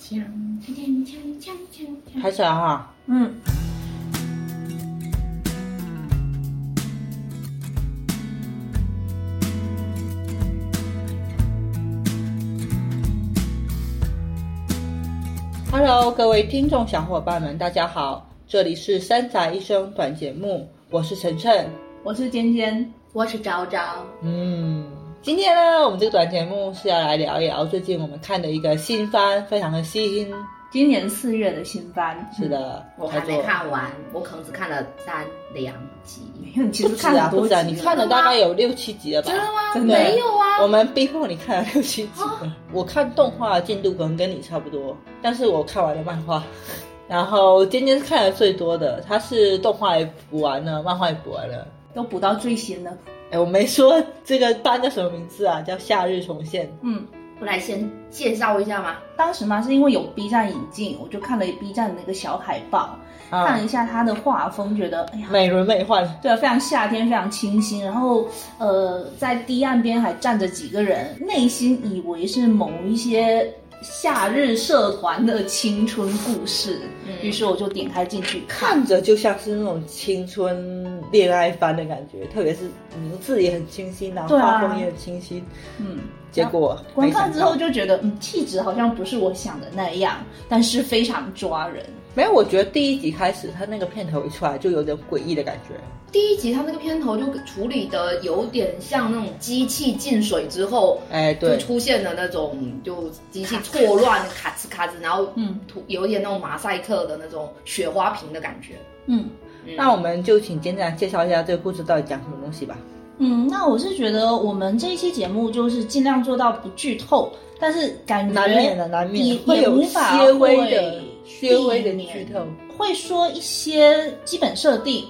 行，开始了哈。嗯， Hello，各位听众小伙伴们，大家好，这里是三宅一生短节目，我是晨晨。我是尖尖，我是昭昭，嗯，今天呢，我们这个短节目是要来聊一聊最近我们看的一个新番，非常的新。今年四月的新番，是，的，嗯我叫还没做。看完，我可能只看了三两集。没有，你其实不止看了啊，多不集止啊，你看了大概有六七集了吧？吗真的没有啊我们逼迫你看了六七集了。啊我看动画的进度可能跟你差不多，但是我看完了漫画。然后今天是看的最多的，他是动画也补完了，漫画也补完了。都补到最新了。哎，我没说这个班叫什么名字啊？叫夏日重现。嗯，我来先介绍一下嘛，当时嘛是因为有 B 站引进，我就看了 B 站的那个小海报，啊看了一下它的画风，觉得哎呀。美轮美奂，对，非常夏天，非常清新。然后，呃，在堤岸边还站着几个人，内心以为是某一些夏日社团的青春故事。于是我就点开进去嗯看看，着就像是那种青春恋爱番的感觉，特别是名字也很清新然后对啊画风也很清新。嗯，结果观没想看之后到就觉得，嗯，气质好像不是我想的那样，但是非常抓人。没有，我觉得第一集开始他那个片头一出来就有点诡异的感觉。第一集他那个片头就处理的有点像那种机器进水之后，哎，就对，出现了那种就机器错乱咔哧咔哧，然后嗯涂有点那种马赛克的那种雪花屏的感觉。嗯嗯那我们就请简短介绍一下这个故事到底讲什么东西吧。嗯，那我是觉得我们这一期节目就是尽量做到不剧透，但是感觉难免的，难免也会也有哎无法些微的、会些微的避剧免透。会说一些基本设定。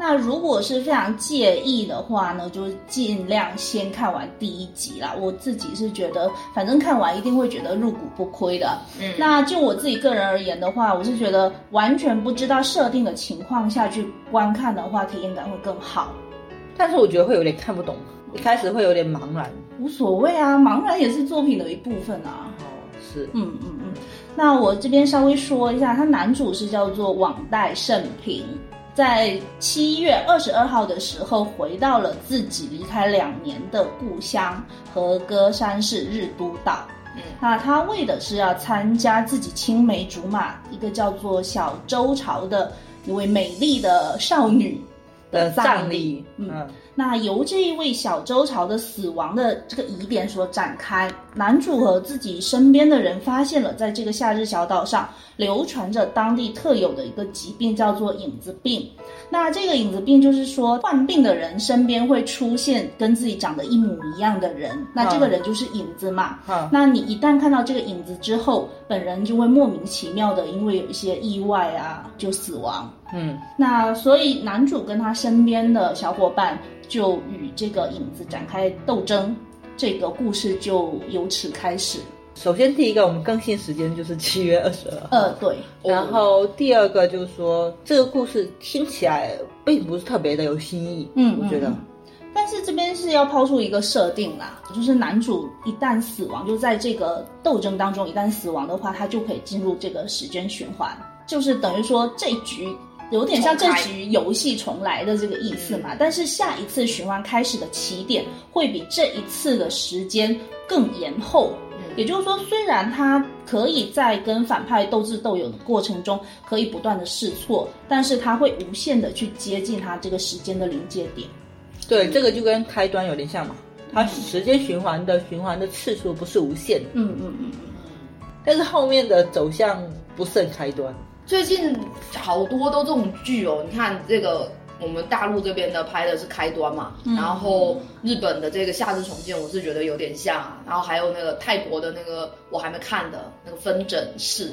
那如果是非常介意的话呢，就尽量先看完第一集啦。我自己是觉得，反正看完一定会觉得入股不亏的。嗯，那就我自己个人而言的话，我是觉得完全不知道设定的情况下去观看的话，体验感会更好。但是我觉得会有点看不懂，一开始会有点茫然。无所谓啊，茫然也是作品的一部分啊。哦，是，嗯嗯嗯，那我这边稍微说一下，他男主是叫做网代胜平，在七月二十二号的时候回到了自己离开两年的故乡和歌山市日都岛。嗯那他为的是要参加自己青梅竹马一个叫做小周朝的一位美丽的少女的葬葬礼，呃嗯，那由这一位小周朝的死亡的这个疑点所展开，男主和自己身边的人发现了，在这个夏日小岛上流传着当地特有的一个疾病，叫做影子病。那这个影子病就是说，患病的人身边会出现跟自己长得一模一样的人，那这个人就是影子嘛。好，那你一旦看到这个影子之后，本人就会莫名其妙的因为有一些意外啊就死亡。嗯，那所以男主跟他身边的小伙伴就与这个影子展开斗争，这个故事就由此开始。首先第一个，我们更新时间就是七月二十二。呃，对，然后第二个就是说，这个故事听起来并不是特别的有新意，嗯我觉得嗯嗯但是这边是要抛出一个设定啦，就是男主一旦死亡，就在这个斗争当中一旦死亡的话，他就可以进入这个时间循环，就是等于说这一局。有点像这重开局游戏重来的这个意思嘛，但是下一次循环开始的起点会比这一次的时间更延后，嗯也就是说，虽然他可以在跟反派斗智斗勇的过程中，可以不断的试错，但是他会无限的去接近他这个时间的临界点。对，这个就跟开端有点像嘛。它时间循环的循环的次数不是无限的，嗯嗯嗯，但是后面的走向不甚开端。最近好多都这种剧哦，你看这个我们大陆这边的拍的是开端嘛，嗯然后日本的这个夏日重建，我是觉得有点像啊，然后还有那个泰国的那个我还没看的那个分诊室，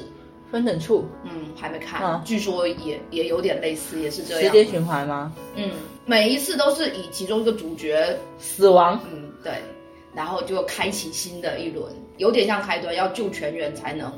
分诊处嗯，还没看，嗯据说也也有点类似，也是这时样，间循环吗？嗯，每一次都是以其中一个主角，死亡嗯，对，然后就开启新的一轮，有点像开端，要救全员才能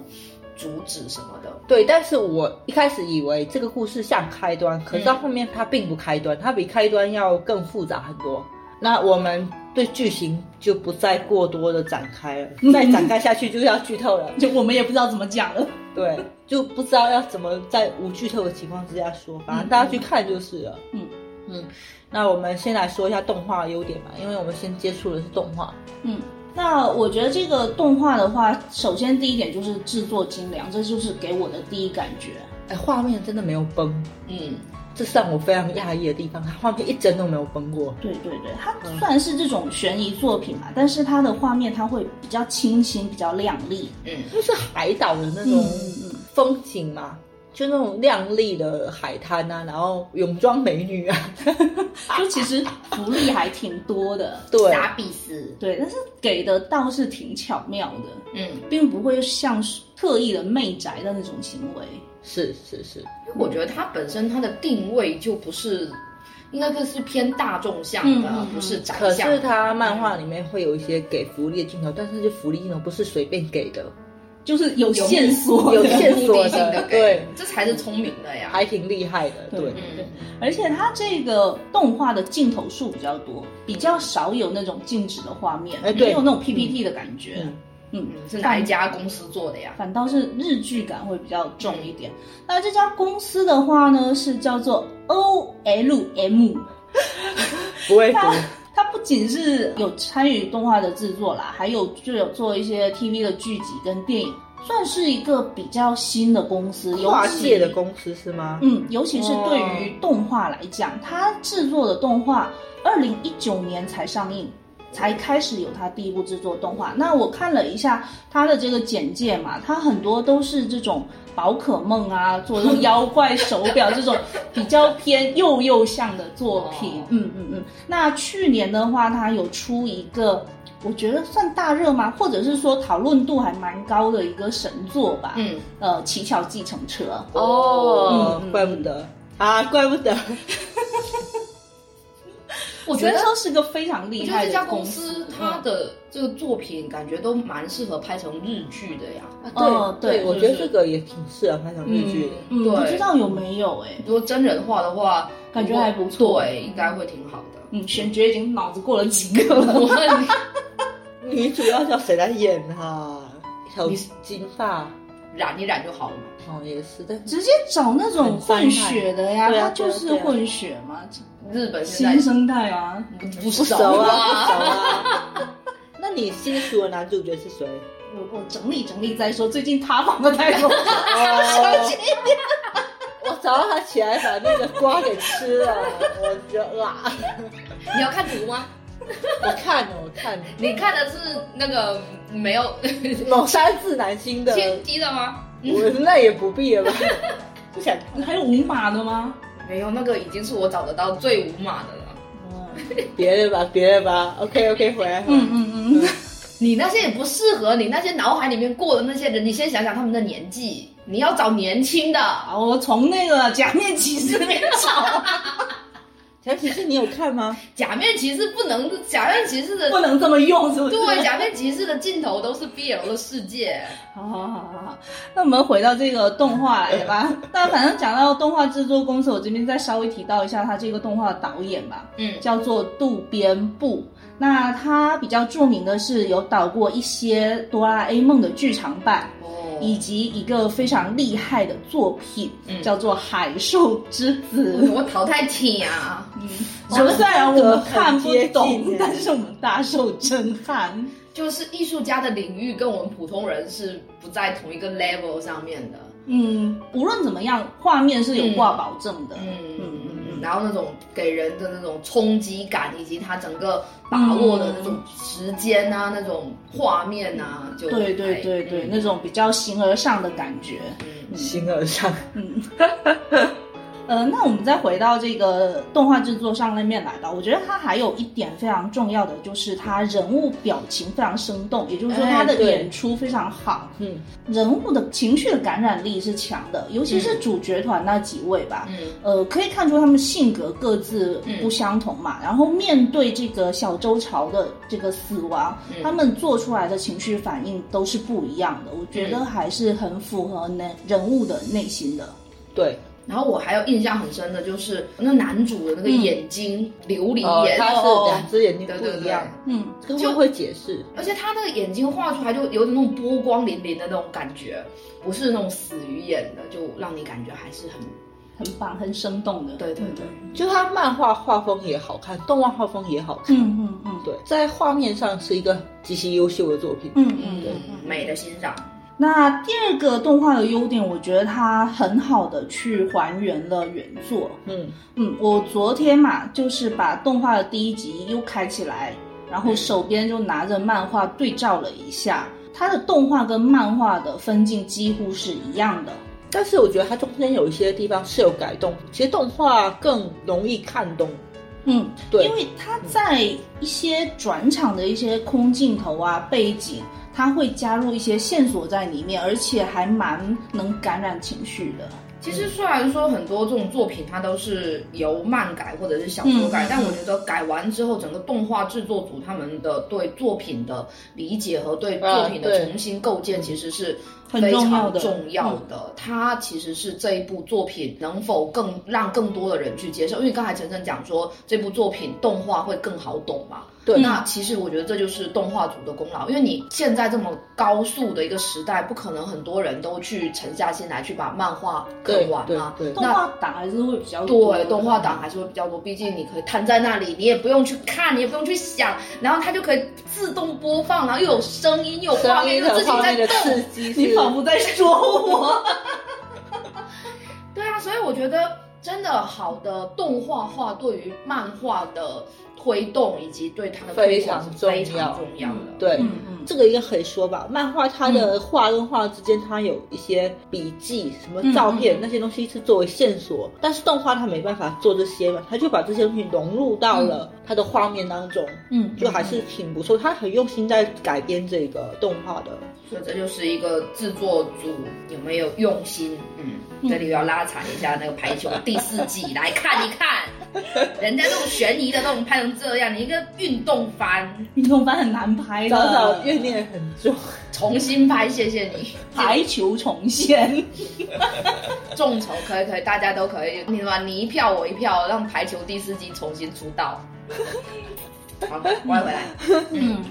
阻止什么的，对，但是我一开始以为这个故事像开端，可是到后面它并不开端，它比开端要更复杂很多。那我们对剧情就不再过多的展开了，再展开下去就要剧透了。就我们也不知道怎么讲 了。对， 就不知道要怎么在无剧透的情况之下说，反正大家去看就是了。嗯嗯，那我们先来说一下动画优点吧，因为我们先接触的是动画。嗯，那我觉得这个动画的话，首先第一点就是制作精良，这就是给我的第一感觉。哎，画面真的没有崩，嗯，这是让我非常讶异的地方，它画面一帧都没有崩过。对对对，它嗯虽然是这种悬疑作品嘛，但是它的画面它会比较清新，比较亮 丽。嗯就是海岛的那种嗯风景嘛，就那种亮丽的海滩啊，然后泳装美女啊，就其实福利还挺多的， 对，傻逼死，对，但是给的倒是挺巧妙的，嗯，并不会像是特意的媚宅的那种行为。是是是，因为我觉得它本身它的定位就不是，应该更是偏大众向的，啊嗯嗯嗯不是宅可向。是它漫画里面会有一些给福利的镜头，但是这福利镜头不是随便给的，就是有线索，有的线索目的性 的给对，这才是聪明的呀。还挺厉害的，对，对，嗯而且它这个动画的镜头数比较多，比较少有那种静止的画面，哎对没有那种 PPT 的感觉。嗯嗯嗯，是哪一家公司做的呀？反倒是日剧感会比较重一点。那这家公司的话呢，是叫做 OLM，不会读，它不仅是有参与动画的制作啦，还有就有做一些 TV 的剧集跟电影，算是一个比较新的公司，尤跨其界的公司是吗？嗯，尤其是对于动画来讲，它制作的动画，二零一九年才上映，才开始有它第一部制作动画。那我看了一下它的这个简介嘛，它很多都是这种宝可梦啊，做这种妖怪手表这种比较偏幼幼向的作品哦。嗯嗯嗯。那去年的话，它有出一个。我觉得算大热吗？或者是说讨论度还蛮高的一个神作吧？嗯，呃，《乞巧计程车》哦，嗯嗯怪不得啊，怪不 得，我觉觉得得。说是个非常我厉觉得害这的家公公嗯司它的这个作品感觉都蛮适合拍成日剧的呀。嗯哦对我觉得这个也挺适合拍成日剧的。嗯，对不知道有没有哎、如果真人化的话，感觉还不错对，应该会挺好的。嗯，玄觉已经脑子过了几个了。女主要叫谁来演啊？小金发， 染一染就好了嘛。哦，也是，但是 直接找那种混血的呀，很灾难他就是混血嘛，日本现在新生代啊。不不熟熟啊，不熟啊。那你新熟的男主角是 谁？我我整理整理再说，最近塌房的太多。 哦，我早上他起来把那个瓜给吃了，我就啦。你要看图吗？我看了，我看 了，你看的是那个没有某山自男星的，天机的吗？我那也不必了吧？不想看，还有五码的吗？没有，那个已经是我找得到最无码的了。别的吧，别的吧。OK OK，回来。嗯，嗯嗯，你那些也不适合，你那些脑海里面过的那些人，你先想想他们的年纪，你要找年轻的。好，啊我从那个假面骑士那边 找，小骑士，你有看吗？假面骑士不能，假面骑士的不能这么用，是不是？ 对，假面骑士的尽头都是 BL 的世界。好好好好好，那我们回到这个动画来吧。那反正讲到动画制作公司，我这边再稍微提到一下他这个动画导演吧，嗯叫做渡边步。那他比较著名的是有导过一些哆啦 A 梦的剧场版，哦以及一个非常厉害的作品，嗯叫做《海兽之子》。我淘汰体啊！虽然我们看不很接懂近耶，但是我们大受震撼。就是艺术家的领域跟我们普通人是不在同一个 level 上面的。嗯，无论怎么样，画面是有挂保证的。嗯嗯嗯嗯，然后那种给人的那种冲击感，以及他整个把握的那种时间啊，那种画面啊，就对对对对，嗯那种比较形而上的感觉。嗯形而上。嗯，呃，那我们再回到这个动画制作上面来吧。我觉得它还有一点非常重要的，就是它人物表情非常生动，也就是说哎它的对演出非常好，嗯，人物的情绪的感染力是强的，尤其是主角团那几位吧。嗯呃，可以看出他们性格各自不嗯相同嘛。然后面对这个小周朝的这个死亡，嗯他们做出来的情绪反应都是不一样的。我觉得嗯还是很符合那人物的内心的。对，然后我还有印象很深的就是那男主的那个眼睛、琉璃眼，他是哦两只眼睛对不对一对样，嗯，这个会不会解释？而且他那个眼睛画出来就有点那种波光粼粼的那种感觉，不是那种死鱼眼的，就让你感觉还是很很棒，很生动的。对对对，就他漫画画风也好看，动画画风也好看，嗯嗯嗯，对，在画面上是一个极其优秀的作品。嗯嗯嗯嗯。美的欣赏。那第二个动画的优点，我觉得它很好的去还原了原作。嗯，嗯，我昨天嘛，就是把动画的第一集又开起来，然后手边就拿着漫画对照了一下，它的动画跟漫画的分镜几乎是一样的。但是我觉得它中间有一些地方是有改动，其实动画更容易看懂。嗯，对因为它在一些转场的一些空镜头啊、背景，它会加入一些线索在里面，而且还蛮能感染情绪的。其实虽然说很多这种作品它都是由漫改或者是小说改，嗯但我觉得改完之后，整个动画制作组他们的对作品的理解和对作品啊的对重新构建，其实是很非重要常的重要的。它其实是这一部作品能否更让更多的人去接受，因为刚才晨晨讲说这部作品动画会更好懂嘛，对，那其实我觉得这就是动画组的功劳，因为你现在这么高速的一个时代，不可能很多人都去沉下心来去把漫画对看完对啊。对动画党还是会比较多对，动画党还是会比较多，毕竟你可以摊在那里，你也不用去看，你也不用去想，然后它就可以自动播放，然后又有声音，又有画声面，音又自和己画在面的动。刺激是，你仿佛在说我。对啊，所以我觉得真的好的动画化对于漫画的推动以及对它的推广是非常重要的。对。嗯嗯，这个应该可以说吧，漫画它的画跟画之间，它有一些笔记、什么照片、嗯嗯那些东西是作为线索，但是动画它没办法做这些嘛，它就把这些东西融入到了它的画面当中，嗯，就还是挺不错。它很用心在改编这个动画的，嗯所以这就是一个制作组有没有用心。嗯，嗯这里要拉踩一下那个排球第四季来看一 看，人家这种悬疑的都能拍成这样，你一个运动番运动番很难拍早的，早怨念很重。重新拍，谢谢你，排球重现。众筹可以可以，大家都可以，你什么你一票我一票，让排球第四季重新出道。 好，我也回来。嗯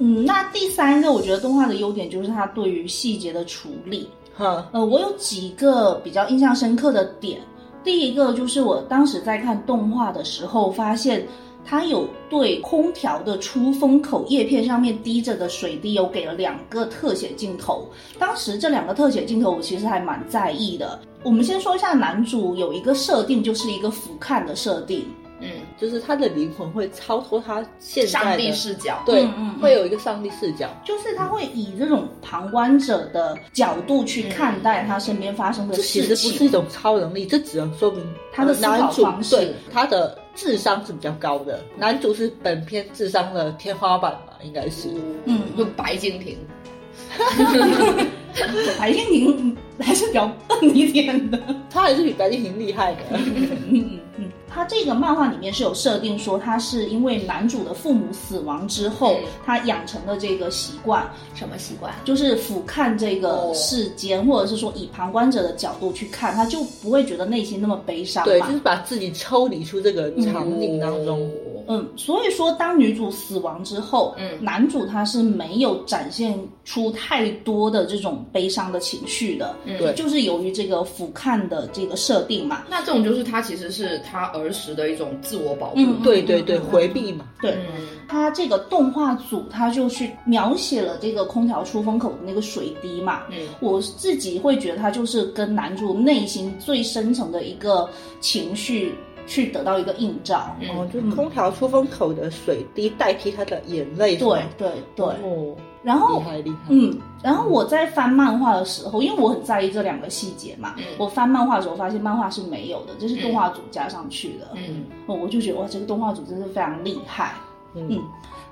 嗯，那第三个我觉得动画的优点就是它对于细节的处理。哈，呃，我有几个比较印象深刻的点。第一个就是我当时在看动画的时候，发现它有对空调的出风口叶片上面滴着的水滴有给了两个特写镜头。当时这两个特写镜头，我其实还蛮在意的。我们先说一下男主有一个设定，就是一个俯瞰的设定。嗯，就是他的灵魂会超脱他现在上帝的，视角。对，嗯嗯嗯会有一个上帝视角。就是他会以这种旁观者的角度去看待他身边发生的嗯这其实事不是一情。种超能力，这只能说明他的思考男主方式对他的智商是比较高的。男主是本片智商的天花板吧，应该是。嗯就白敬亭。白敬亭 还是比较笨一点的。他还是比白敬亭厉害的。嗯，嗯，他这个漫画里面是有设定说，他是因为男主的父母死亡之后嗯，他养成的这个习惯，什么习惯？就是俯瞰这个哦世间，或者是说以旁观者的角度去看，他就不会觉得内心那么悲伤 对，就嘛是。把自己抽离出这个场景当中。嗯，所以说当女主死亡之后，嗯男主他是没有展现出太多的这种悲伤的情绪的，嗯对就是由于这个俯瞰的这个设定嘛，那这种就是他其实是他儿时的一种自我保护。嗯对对对，嗯嗯嗯回避嘛。对，嗯他这个动画组他就去描写了这个空调出风口的那个水滴嘛。嗯我自己会觉得他就是跟男主内心最深层的一个情绪去得到一个映照。嗯哦，就是空调出风口的水滴代替他的眼泪。对对对，哦，然后厉害厉害。嗯，然后我在翻漫画的时候，因为我很在意这两个细节嘛，嗯我翻漫画的时候发现漫画是没有的，这是动画组加上去的。嗯，哦我就觉得哇，这个动画组真是非常厉害。嗯，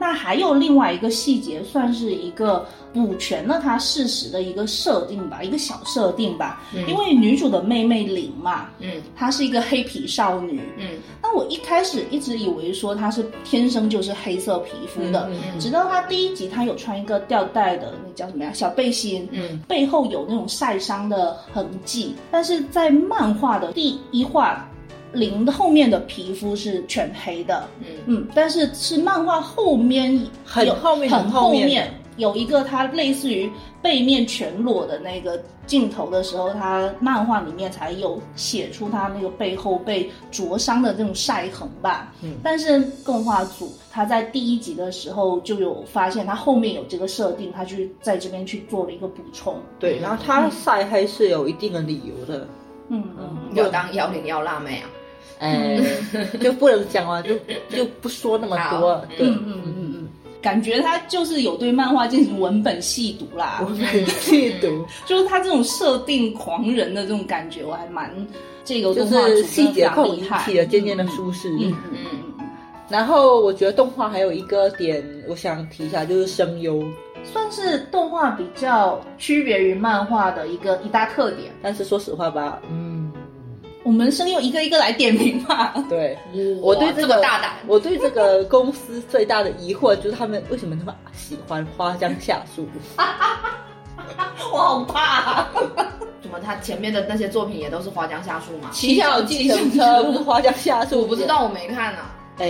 那还有另外一个细节，算是一个补全了它事实的一个设定吧，一个小设定吧。嗯因为女主的妹妹玲嘛，嗯她是一个黑皮少女。嗯那我一开始一直以为说她是天生就是黑色皮肤的，嗯嗯直到她第一集她有穿一个吊带的那叫什么呀小背心，嗯背后有那种晒伤的痕迹，但是在漫画的第一话，零的后面的皮肤是全黑的，嗯嗯，但是是漫画后面有很后面很很后面面有一个它类似于背面全裸的那个镜头的时候，它漫画里面才有写出它那个背后被灼伤的这种晒痕吧。嗯但是动画组他在第一集的时候就有发现，他后面有这个设定，他去在这边去做了一个补充。对，然后他晒黑是有一定的理由的，嗯嗯要当幺零幺辣妹啊，哎，就不能讲啊，就就不说那么多好，对，嗯嗯嗯嗯，感觉他就是有对漫画进行文本细读啦。 我很嫉妒，就是他这种设定狂人的这种感觉，我还蛮这个就动画是组细真的非节常控厉引害，起了渐渐的嗯舒适。嗯嗯嗯然后我觉得动画还有一个点，我想提一下，就是声优，算是动画比较区别于漫画的一个一大特点。但是说实话吧，嗯，我们声优一个一个来点评吧。对。嗯，我对哇这这个么大胆，我对这个公司最大的疑惑就是他们为什么那么喜欢花江夏树？我好怕、怎么他前面的那些作品也都是花江夏树吗？骑小计程车不是花江夏树，我不知。道，我没看啊。哎，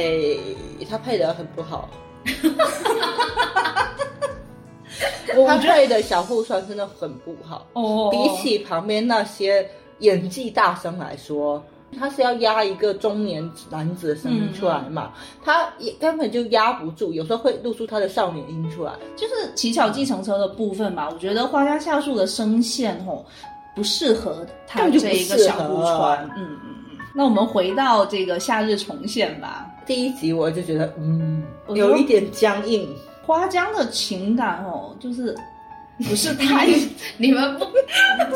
他配的很不 好。我配的小户川真的很不好，哦比起旁边那些演技大生来说，他是要压一个中年男子的声音出来嘛，他也根本就压不住，有时候会露出他的少年音出来。就是乞巧计程车的部分吧，我觉得花家夏树的声线吼不适合他根本就这不一个适小户合川。嗯嗯嗯。那我们回到这个夏日重现吧。第一集我就觉得，嗯，我觉得有一点僵硬。花江的情感哦， 就是不是太，哎你们不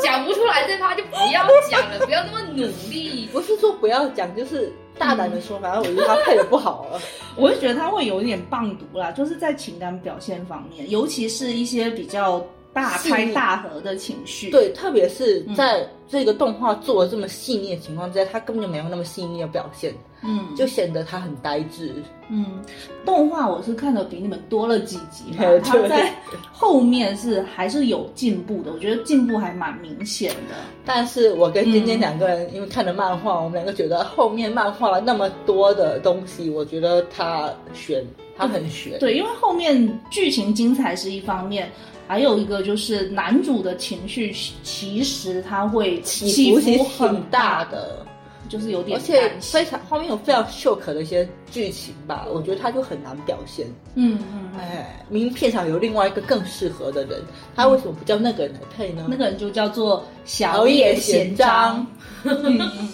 讲不出来这趴就不要讲了，不要那么努力。不是说不要讲，就是大胆的说，反正我觉得他配的不好了。我是觉得他会有一点棒读啦，就是在情感表现方面，尤其是一些比较大细开腻大合的情绪。，对，特别是嗯在这个动画做的这么细腻的情况之下，他根本就没有那么细腻的表现，嗯，就显得他很呆滞。嗯，动画我是看的比你们多了几集吧对，他在后面是还是有进步的，我觉得进步还蛮明显的。但是我跟尖尖嗯两个人，因为看了漫画，我们两个觉得后面漫画那么多的东西，我觉得他悬，他很悬。对，因为后面剧情精彩是一方面。还有一个就是男主的情绪，其实他会起起伏其伏实很挺大，的，就是有点而且担心非常后面有非常 shock 的一些剧情吧，我觉得他就很难表现。嗯嗯，嗯哎，明明片场有另外一个更适合的人，他为什么不叫那个人来配呢？那个人就叫做小小野野贤贤章章。 嗯嗯嗯，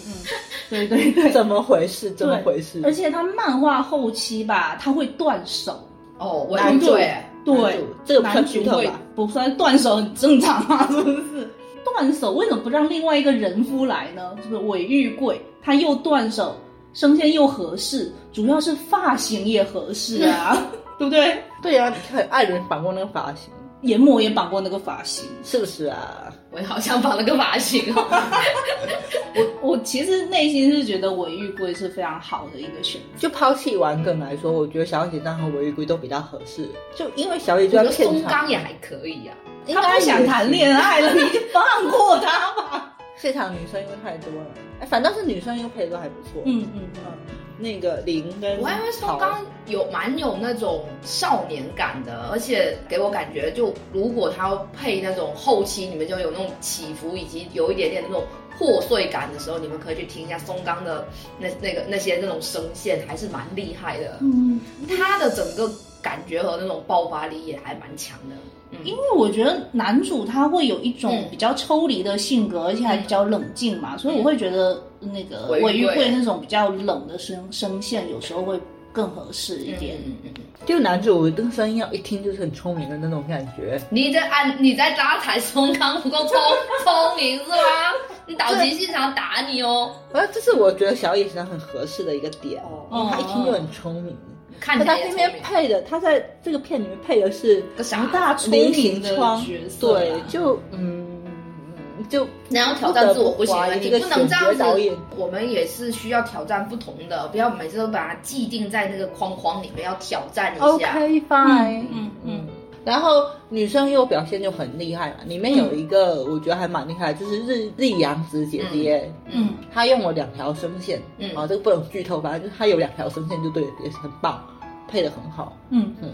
对对对。怎么回事？怎么回事？而且他漫画后期吧，他会断手，哦，我难度对，男对主，这个不男算主剧透会吧？不算断手很正常啊，是不是？ 断手为什么不让另外一个人夫来呢？是不是尾玉贵他又断手，声线又合适，主要是发型也合适 啊，对不对？对啊，你看艾伦绑过那个发型，研磨也绑过那个发型，是不是啊？我也好想绑了个发型哦。我其实内心是觉得尾玉贵是非常好的一个选择。就抛弃玩梗来说，我觉得小野张和维玉圭都比较合适，就因为小野就我觉得在片松场刚，也还可以啊。应他该不想谈恋爱了，你就放过他吧。现场女生因为太多了，哎，反倒是女生又配的都还不错。 嗯嗯嗯，那个林跟我还以为松陶刚有蛮有那种少年感的，而且给我感觉就如果他要配那种后期，你们就有那种起伏以及有一点点那种破碎感的时候，你们可以去听一下松刚的那那个那些那种声线，还是蛮厉害的。嗯，他的整个感觉和那种爆发力也还蛮强的。因为我觉得男主他会有一种嗯比较抽离的性格，而且还比较冷静嘛，所以我会觉得那个尾尾玉玉贵贵那种比较冷的声声线，有时候会更合适一点。嗯嗯嗯，就男主这个声音要一听就是很聪明的那种感觉，你在按你在拉踩松康不够聪聪明是吗？你导级现场打你哦。啊，这是我觉得小野贤很合适的一个点，哦因为他一听就很聪明。看可起他来那也边聪明配的，他在这个片里面配的是个傻不大聪菱明形的窗角，色对啊，就嗯，就然后挑战自我不行不了，得不怀疑你这不个能这样选角导子演。我们也是需要挑战不同的，不要每次都把它既定在那个框框里面，要挑战一下。 OK fine，嗯嗯然后女生又表现就很厉害了，里面有一个我觉得还蛮厉害，就是日日阳子姐姐，嗯嗯，她用了两条声线，嗯啊，这个不能剧透，反正就是她有两条声线就对了，也是很棒，配的很好，嗯，嗯，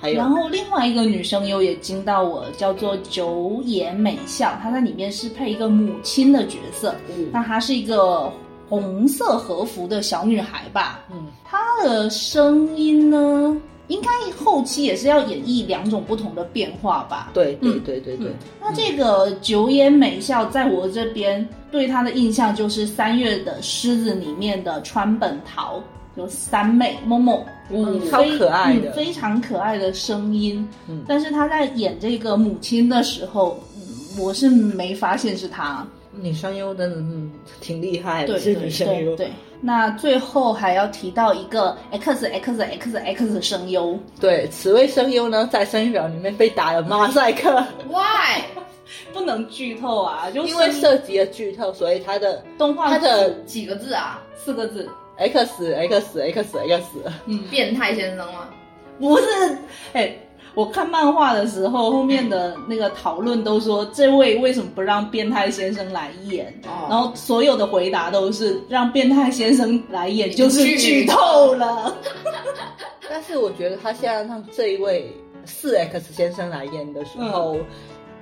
还有然后另外一个女声优也惊到我，叫做久野美笑，她在里面是配一个母亲的角色。嗯那她是一个红色和服的小女孩吧？嗯她的声音呢，应该后期也是要演绎两种不同的变化吧？对对嗯对对对，那这个九眼美笑，在我这边对她的印象就是三月的狮子里面的川本桃，有三妹梦梦，嗯非超可爱的嗯非常可爱的声音。嗯但是她在演这个母亲的时候，嗯我是没发现是她。女生优真的嗯挺厉害的，对是对女生对优，对。那最后还要提到一个 X X X X 声优，对，此位声优呢在声优表里面被打了马赛克， Why？不能剧透啊，就因为声涉及了剧透，所以他的动画他的几个字啊？四个字， X X X X 嗯。变态先生吗？不是，哎、我看漫画的时候，后面的那个讨论都说这位为什么不让变态先生来演？哦然后所有的回答都是让变态先生来演就是剧透了。但是我觉得他现在让这一位四 X 先生来演的时候，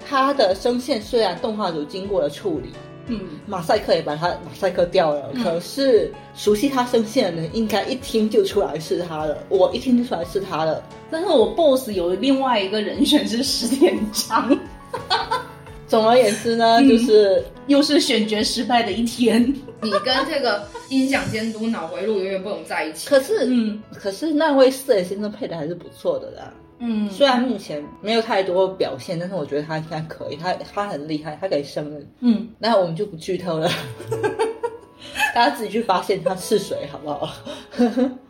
他的声线虽然动画组经过了处理，嗯，马赛克也把他马赛克掉了，嗯可是熟悉他声线的人应该一听就出来是他了。我一听就出来是他了。但是我 BOSS 有另外一个人选是石田章，总而言之呢，就是 又是选角失败的一天。你跟这个音响监督脑回路永远不能在一起。可是嗯可是那位四 X 先生配的还是不错的啦。嗯，虽然目前没有太多表现，但是我觉得他应该可以，他他很厉害，他可以胜任。嗯，那我们就不剧透 了，大家自己去发现它是谁，好不好？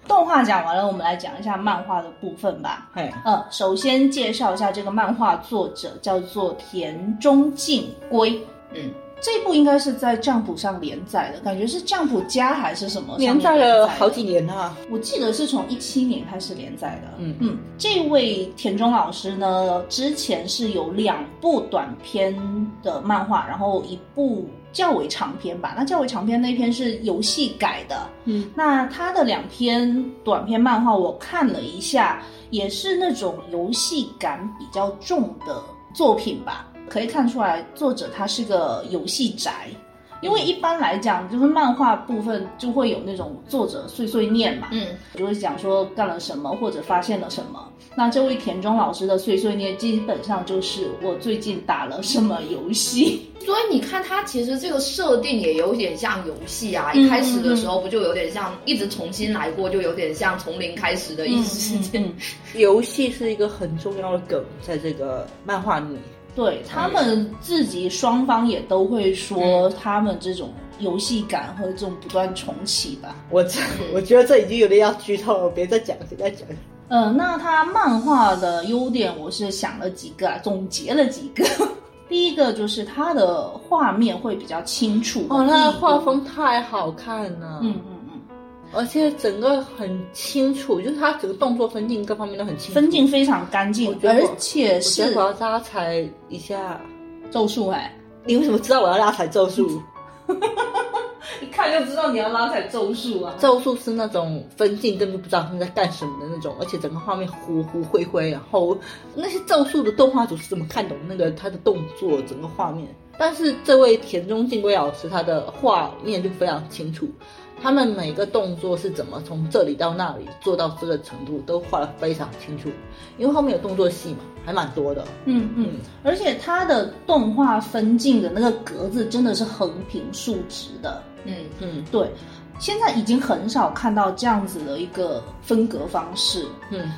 动画讲完了，我们来讲一下漫画的部分吧。嘿，呃，首先介绍一下这个漫画作者，叫做田中敬圭。嗯，这部应该是在 Jump 上连载的，感觉是 Jump 加还是什么上面连连载载了好几，年啊啦、我记得是从一七年开始连载的。嗯嗯，这位田中老师呢，之前是有两部短篇的漫画，然后一部较为长篇吧。那较为长篇那篇是游戏改的，嗯，那他的两篇短篇漫画我看了一下，也是那种游戏感比较重的作品吧。可以看出来，作者他是个游戏宅，因为一般来讲，就是漫画部分就会有那种作者碎碎念嘛，嗯，就会讲说干了什么或者发现了什么。那这位田中老师的碎碎念，基本上就是我最近打了什么游戏。所以你看，它其实这个设定也有点像游戏啊。嗯一开始的时候不就有点像，一直重新来过，就有点像从零开始的 意思。嗯游戏是一个很重要的梗，在这个漫画里。对他们自己双方也都会说他们这种游戏感和这种不断重启吧。我这 我觉得这已经有点要剧透了，别再讲，别再讲。呃，那他漫画的优点，我是想了几个、啊，总结了几个。 第一个就是它的画面会比较清楚，哦，他的画，风太好看了，嗯，嗯嗯，而且整个很清楚，就是他整个动作分镜各方面都很清楚。分镜，非常干净我，觉得而我且我觉是得我要拉踩一下。咒术哎，你为什么知道我要拉踩咒术？一看就知道你要拉踩咒术啊。咒术是那种分镜根本不知道他们在干什么的那种，而且整个画面糊糊灰灰。然后那些咒术的动画组是怎么看懂那个他的动作整个画面？但是这位田中敬圭老师他的画面就非常清楚，他们每个动作是怎么从这里到那里做到这个程度都画得非常清楚，因为后面有动作戏嘛，还蛮多的。嗯嗯，而且它的动画分镜的那个格子真的是横平竖直的，嗯，嗯对，现在已经很少看到这样子的一个分隔方式。嗯，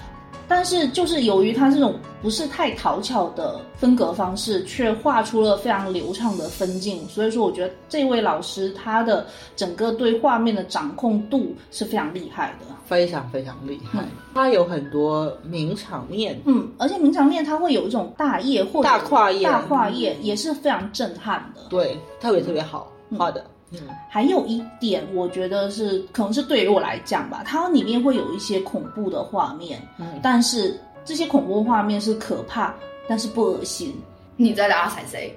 但是就是由于他这种不是太讨巧的分隔方式，却画出了非常流畅的分镜，所以说我觉得这位老师他的整个对画面的掌控度是非常厉害的。非常非常厉害。它有很多名场面，嗯，而且明长面它会有一种大叶或者大跨页大跨页也是非常震撼的。对，特别特别好画的。嗯，还有一点，我觉得是可能是对于我来讲吧，它里面会有一些恐怖的画面，嗯但是这些恐怖画面是可怕，但是不恶心。你在打踩谁？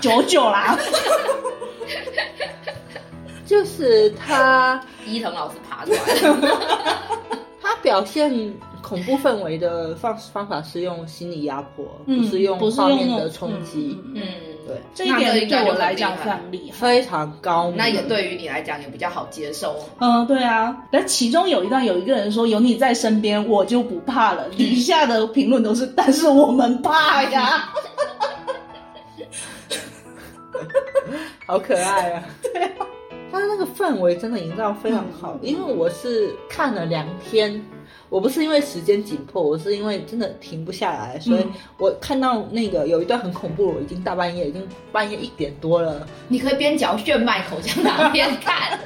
九九啦，就是他伊藤老师爬出来了。他表现恐怖氛围的方方法是用心理压迫， 嗯不是用不是画面那的种冲击，嗯嗯嗯嗯，对这一点对我来讲那这个非就很厉害常厉害。嗯非常高明。那也对于你来讲也比较好接受。哦嗯，对啊，但其中有一段有一个人说：“有你在身边，我就不怕了。”底下的评论都是：“但是我们怕呀。好可爱 啊！对啊，他那个氛围真的营造非常好嗯，嗯因为我是看了两天。我不是因为时间紧迫，我是因为真的停不下来，所以嗯我看到那个有一段很恐怖，我已经大半夜，已经半夜一点多了，你可以边嚼炫迈口香糖边看，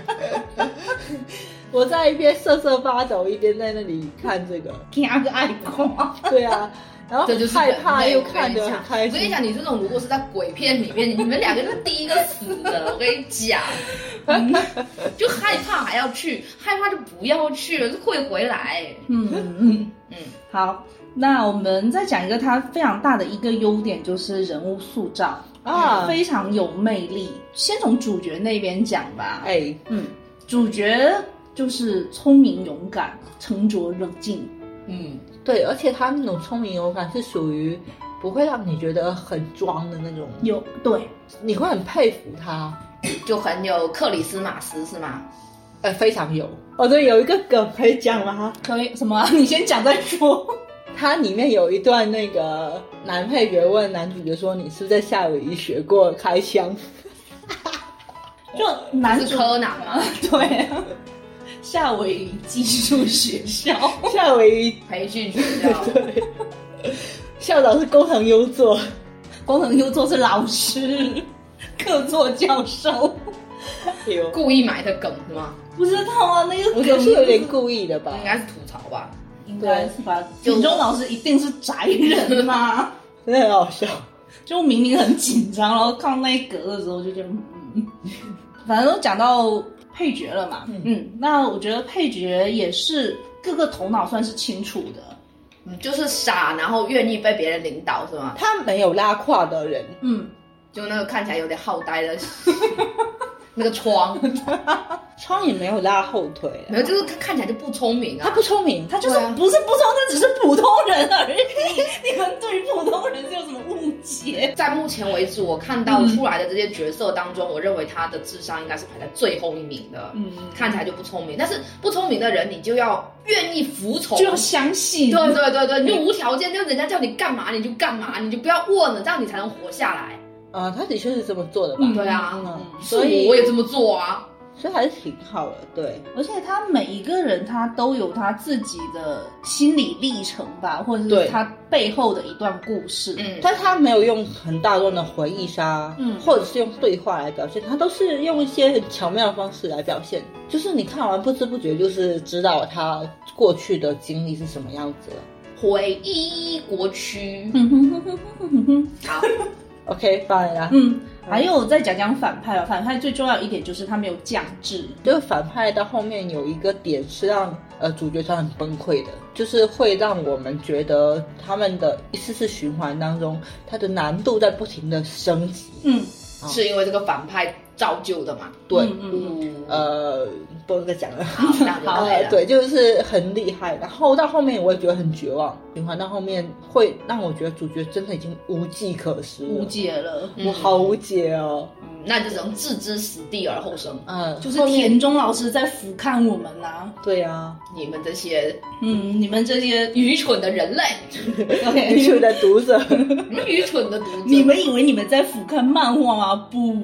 我在一边瑟瑟发抖，一边在那里看这个，”听个爱哭。 对啊，然后这就是害怕人类又我跟看你得讲很开我跟你心。讲，你这种如果是在鬼片里面，你们两个就是第一个死的。我跟你讲，嗯就害怕还要去，害怕就不要去了，就会回来。嗯嗯嗯，好，那我们再讲一个它非常大的一个优点，就是人物塑造啊，非常有魅力。先从主角那边讲吧，哎，嗯，主角就是聪明、勇敢、沉着冷静，嗯，对，而且他那种聪明勇敢是属于不会让你觉得很装的那种，有对，你会很佩服他。就很有克里斯马斯是吗？呃，非常有。哦，对，有一个梗可以讲吗？可以什么 啊？你先讲再说。 它里面有一段那个男配角问男主角说：“你是不是在夏威夷学过开枪就男是主柯南吗？对啊，夏威夷技术学校，？” 夏威夷培训学校。对，校长是工藤优作，工藤优作是老师，客座教授，有故意埋的梗是吗？不知道啊，那个我觉得是有点故意的吧应？该是吐槽吧。应该是吧？就警钟老师一定是宅人嘛、真的很好笑。就明明很紧张，然后看到那一格的时候就觉得，嗯，嗯反正都讲到配角了嘛，嗯那我觉得配角也是各个头脑算是清楚的，嗯，就是傻，然后愿意被别人领导是吗？他没有拉胯的人，嗯，就那个看起来有点好呆 的那个窗，窗也没有拉后腿啊、没有，就是看看起来就不聪明他啊。不聪明，他他就是对啊嗯不是不聪，他只是普通人而嗯已，你们对于普通人是有什么误解？在目前为止，我看到出来的这些角色当中，我认为他的智商应该是排在最后一名的。嗯，看起来就不聪明，但是不聪明的人，你就要愿意服从就。要相信，哦对啊对对对，你就无条件，就人家叫你干嘛你就干嘛，你就不要问了，这样你才能活下来。啊、他的确是这么做的吧？嗯对啊，嗯，所所以以我也这么做啊。所以还是挺好的，对。而且他每一个人他都有他自己的心理历程吧，或者对是他背后的一段故事，嗯，但他没有用很大段的回忆杀，嗯或者是用对话来表现，他都是用一些很巧妙的方式来表现。就是你看完不知不觉就是知道他过去的经历是什么样子了。回忆国区。嗯哼哼哼哼哼哼。好， OK，当然啦，嗯，还有再讲讲反派吧。啊反派最重要一点就是他没有降智，就是反派到后面有一个点是让呃主角团很崩溃的，就是会让我们觉得他们的一次次循环当中，它的难度在不停的升级。嗯，是因为这个反派造就的嘛？对，嗯嗯呃，呃，不能再讲了。好，这样就好对呃，了。对，就是很厉害。然后到后面我也觉得很绝望，循环到后面会让我觉得主角真的已经无计可施了，无解了。嗯我好无解哦。嗯，那就只能置之死地而后生。嗯，就是后面田中老师在俯瞰我们呐、对啊， 你们这些嗯，你们这些愚蠢的 人类，愚 OK，蠢的读者，你们愚蠢的读者， 你们以为你们在俯瞰漫画吗？不，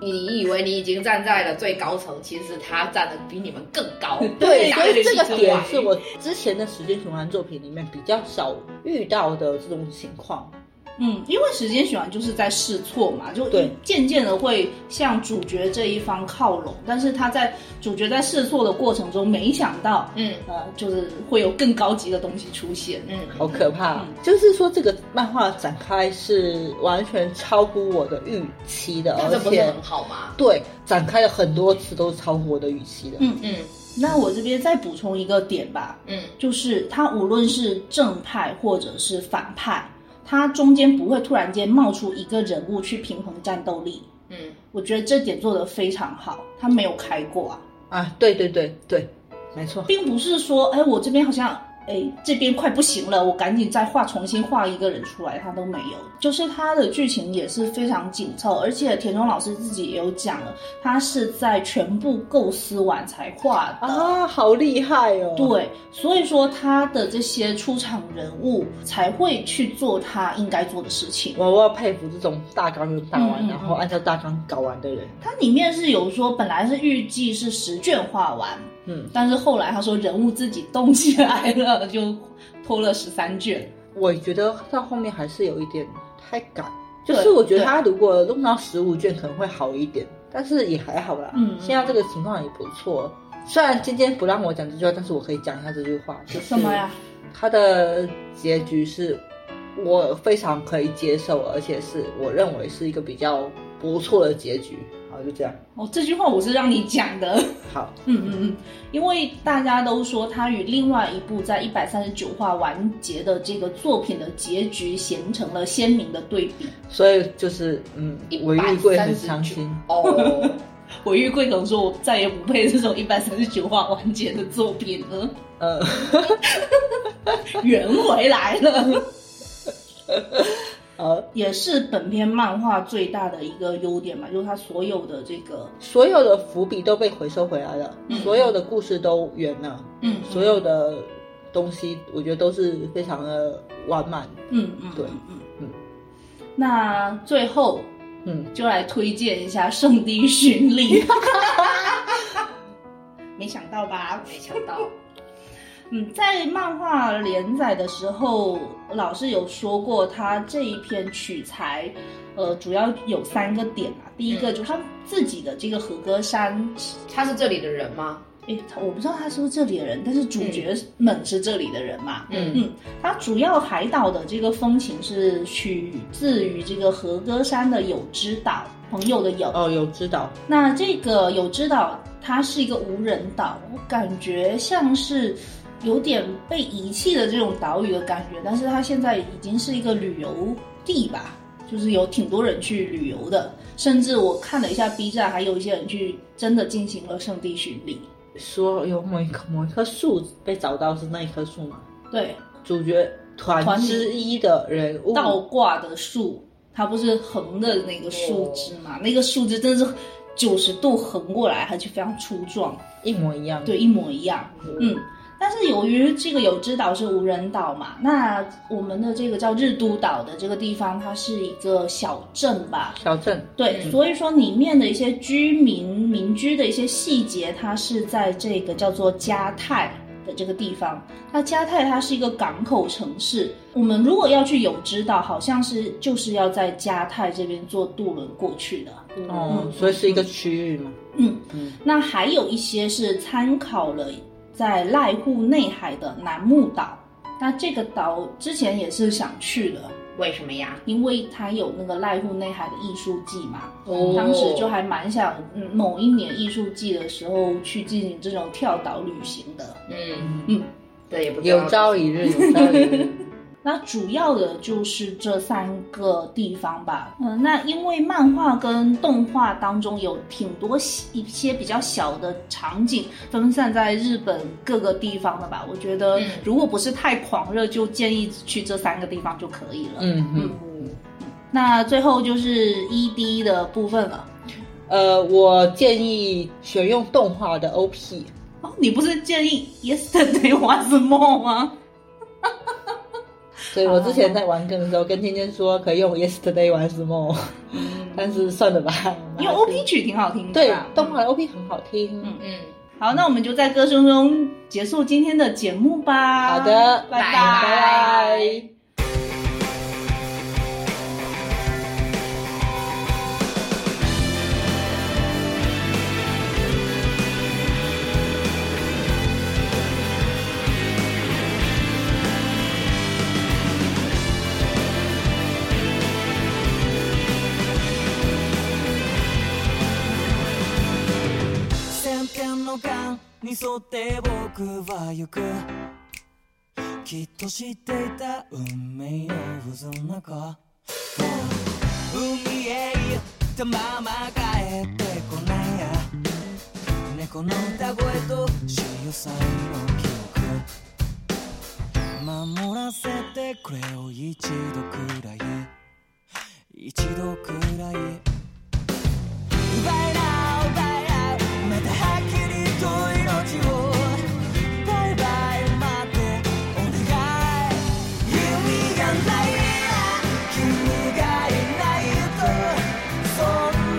你以为你已经站在了最高层，其实他站的比你们更高。 对，打所以得这起个点来是我之前的时间循环作品里面比较少遇到的这种情况。嗯，因为时间循环就是在试错嘛，就对渐渐的会向主角这一方靠拢，但是他在主角在试错的过程中，没想到，嗯呃，就是会有更高级的东西出现。嗯，好可怕！就是说，这个漫画展开是完全超乎我的预期的，那这而不是且很好吗？对展开了很多次都是超乎我的预期的。嗯嗯那我这边再补充一个点吧，嗯就是他无论是正派或者是反派，他中间不会突然间冒出一个人物去平衡战斗力。嗯，我觉得这点做得非常好，他没有开挂、啊，对对对对，没错。并不是说，哎，我这边好像，哎，这边快不行了，我赶紧再画，重新画一个人出来，他都没有。就是他的剧情也是非常紧凑，而且田中老师自己也有讲了，他是在全部构思完才画的。啊，好厉害哦！，对，所以说他的这些出场人物才会去做他应该做的事情。我我要佩服这种大纲就大完，嗯嗯然后按照大纲搞完的人。它里面是有说，本来是预计是十卷画完，嗯，但是后来他说人物自己动起来了，就拖了十三卷。我觉得到后面还是有一点太赶，就对是我觉得对他如果弄到十五卷可能会好一点，但是也还好啦。嗯现在这个情况也不错。虽然今天不让我讲这句话，但是我可以讲一下这句话，就是什么呀？？他的结局是我非常可以接受，而且是我认为是一个比较不错的结局。好，就这样。哦，这句话我是让你讲的。好，嗯嗯嗯，因为大家都说它与另外一部在一百三十九话完结的这个作品的结局形成了鲜明的对比。所以就是嗯，我玉贵很伤心。哦，我玉贵可能说，我再也不配这种一百三十九话完结的作品了，呃， 圆回来了。呃， 也是本篇漫画最大的一个优点嘛，就是它所有的这个，所有的伏笔都被回收回来了，嗯所有的故事都圆了，嗯所有的东西我觉得都是非常的完满。嗯嗯，对嗯嗯嗯那最后嗯，就来推荐一下《圣地巡 礼》，没想到吧？ 没想到，嗯，在漫画连载的时候，老师有说过，他这一篇取材，呃，主要有三个点啊。第一个就是他自己的这个和歌山，他是这里的人吗？诶，我不知道他是不是这里的人，但是主角们是这里的人嘛。嗯嗯，它主要海岛的这个风情是取自于这个和歌山的有之岛，朋友的友。哦，有知道，那这个有之岛，它是一个无人岛，我感觉像是有点被遗弃的这种岛屿的感觉，但是它现在已经是一个旅游地吧，就是有挺多人去旅游的，甚至我看了一下 B 站，还有一些人去真的进行了圣地巡礼。说有某一棵某一棵树被找到是那一棵树吗？对，主角团团之一的人物，倒挂的树，它不是横的那个树枝嘛？那个树枝真的是九十度横过来，而且非常粗壮，一模一样。对，一模一样。嗯，但是由于这个有知岛是无人岛嘛，那我们的这个叫日都岛的这个地方，它是一个小镇吧？小镇，对，所以说里面的一些居民民居的一些细节，它是在这个叫做加泰的这个地方。那加泰它是一个港口城市，我们如果要去有知岛，好像是就是要在加泰这边坐渡轮过去的。哦嗯，所以是一个区域嘛。嗯，嗯那还有一些是参考了在濑户内海的楠木岛。那这个岛之前也是想去的，为什么呀？因为它有那个濑户内海的艺术季嘛。哦当时就还蛮想，嗯，某一年艺术季的时候去进行这种跳岛旅行的。嗯，嗯，嗯，这也不知道有朝一日，有朝一 日。那主要的就是这三个地方吧。嗯，那因为漫画跟动画当中有挺多细一些比较小的场景分散在日本各个地方的吧。我觉得嗯如果不是太狂热，就建议去这三个地方就可以了。嗯嗯嗯那最后就是 ED 的部分了。呃，我建议选用动画的 OP，哦，你不是建议 Yesterday was more 吗？所以我之前在玩梗的时候跟天天说可以用 Yesterday 玩 Small，但是算了吧，我们还嗯因是为 OP 曲挺好听的。嗯啊对动画的 OP 很好听。嗯嗯，好，那我们就在歌声中结束今天的节目吧。好的拜拜拜。拜戦艦の艦に沿って僕は行くきっと知っていた運命の渦の中もう海へ行ったまま帰ってこないや猫の歌声と潮騒の記憶守らせてくれよ一度くらい一度くらい奪えない奪えないまたはっきりと命をバイバイ待ってお願い意味がない君がいないとそん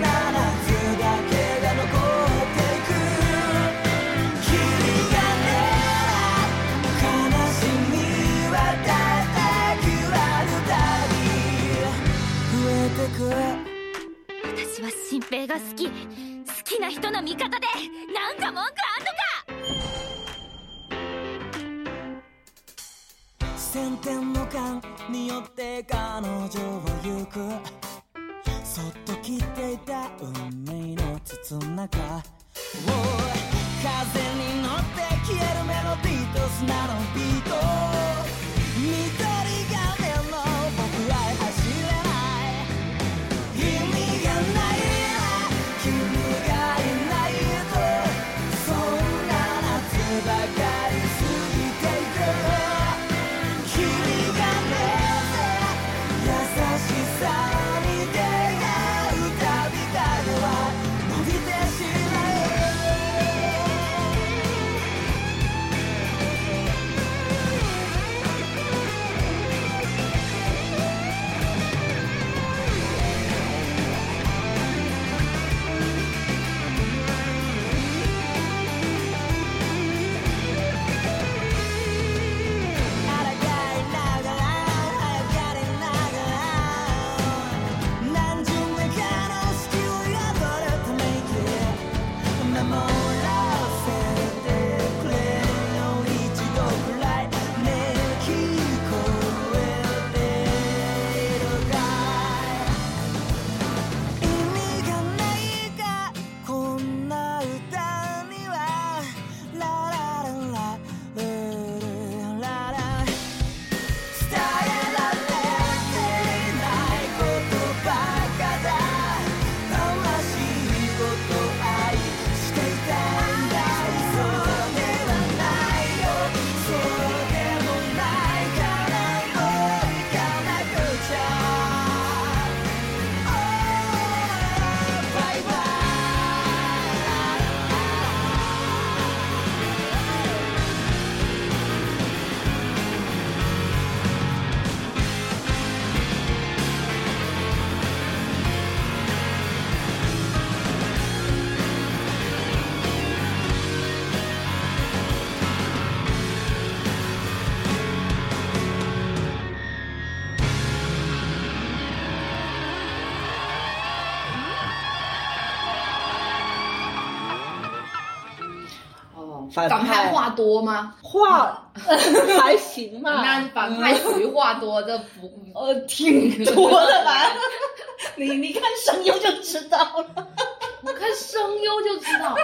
な夏だけが残っていく君がね悲しみは叩き割るたび増えてく私は新平が好き好きな人の味方でなんか文句あんのか千点の勘によって彼女は行くそっと切っていた運命の筒の中 Oh 風に乗って消えるメロディーと砂のビート緑が目の僕は走れない意味がない君がいないとそんな夏ばかり過ぎていく君がね優しさに出会うたびだけは伸びてしまう抗いながら、流れながら何十年かの隙を破るために守らせてくれよ一度くらいねえ聞こえているかい意味がないがこんな歌にはラララララララ伝えられていないことばかだ魂ごと愛していたんだそうではないよそうでもないからもう行かなくちゃ Oh, バイバイ哦，反反派派话多吗？画 还行吧，那反派属于话多，这不呃，挺多 的吧？你你看声优就知道了。我看声优就知道。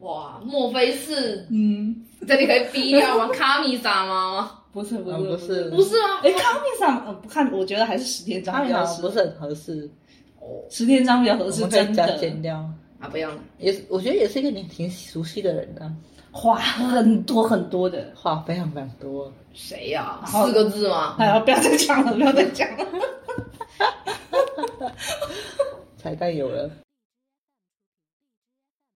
哇，莫非是嗯，这里可以逼掉吗？卡米莎吗？不是不 嗯不是不是啊吗？哎，康密上呃不看，我觉得还是石田章他比们较好合像不适。是很合适，哦石田章比较合我适，们可真以加减的掉。啊，不要了。也是，我觉得也是一个你挺熟悉的人的，话很多很多的。话非常非常多。谁呀、后四个字吗？哎呀，不要再讲了，不要再讲了。彩蛋有了。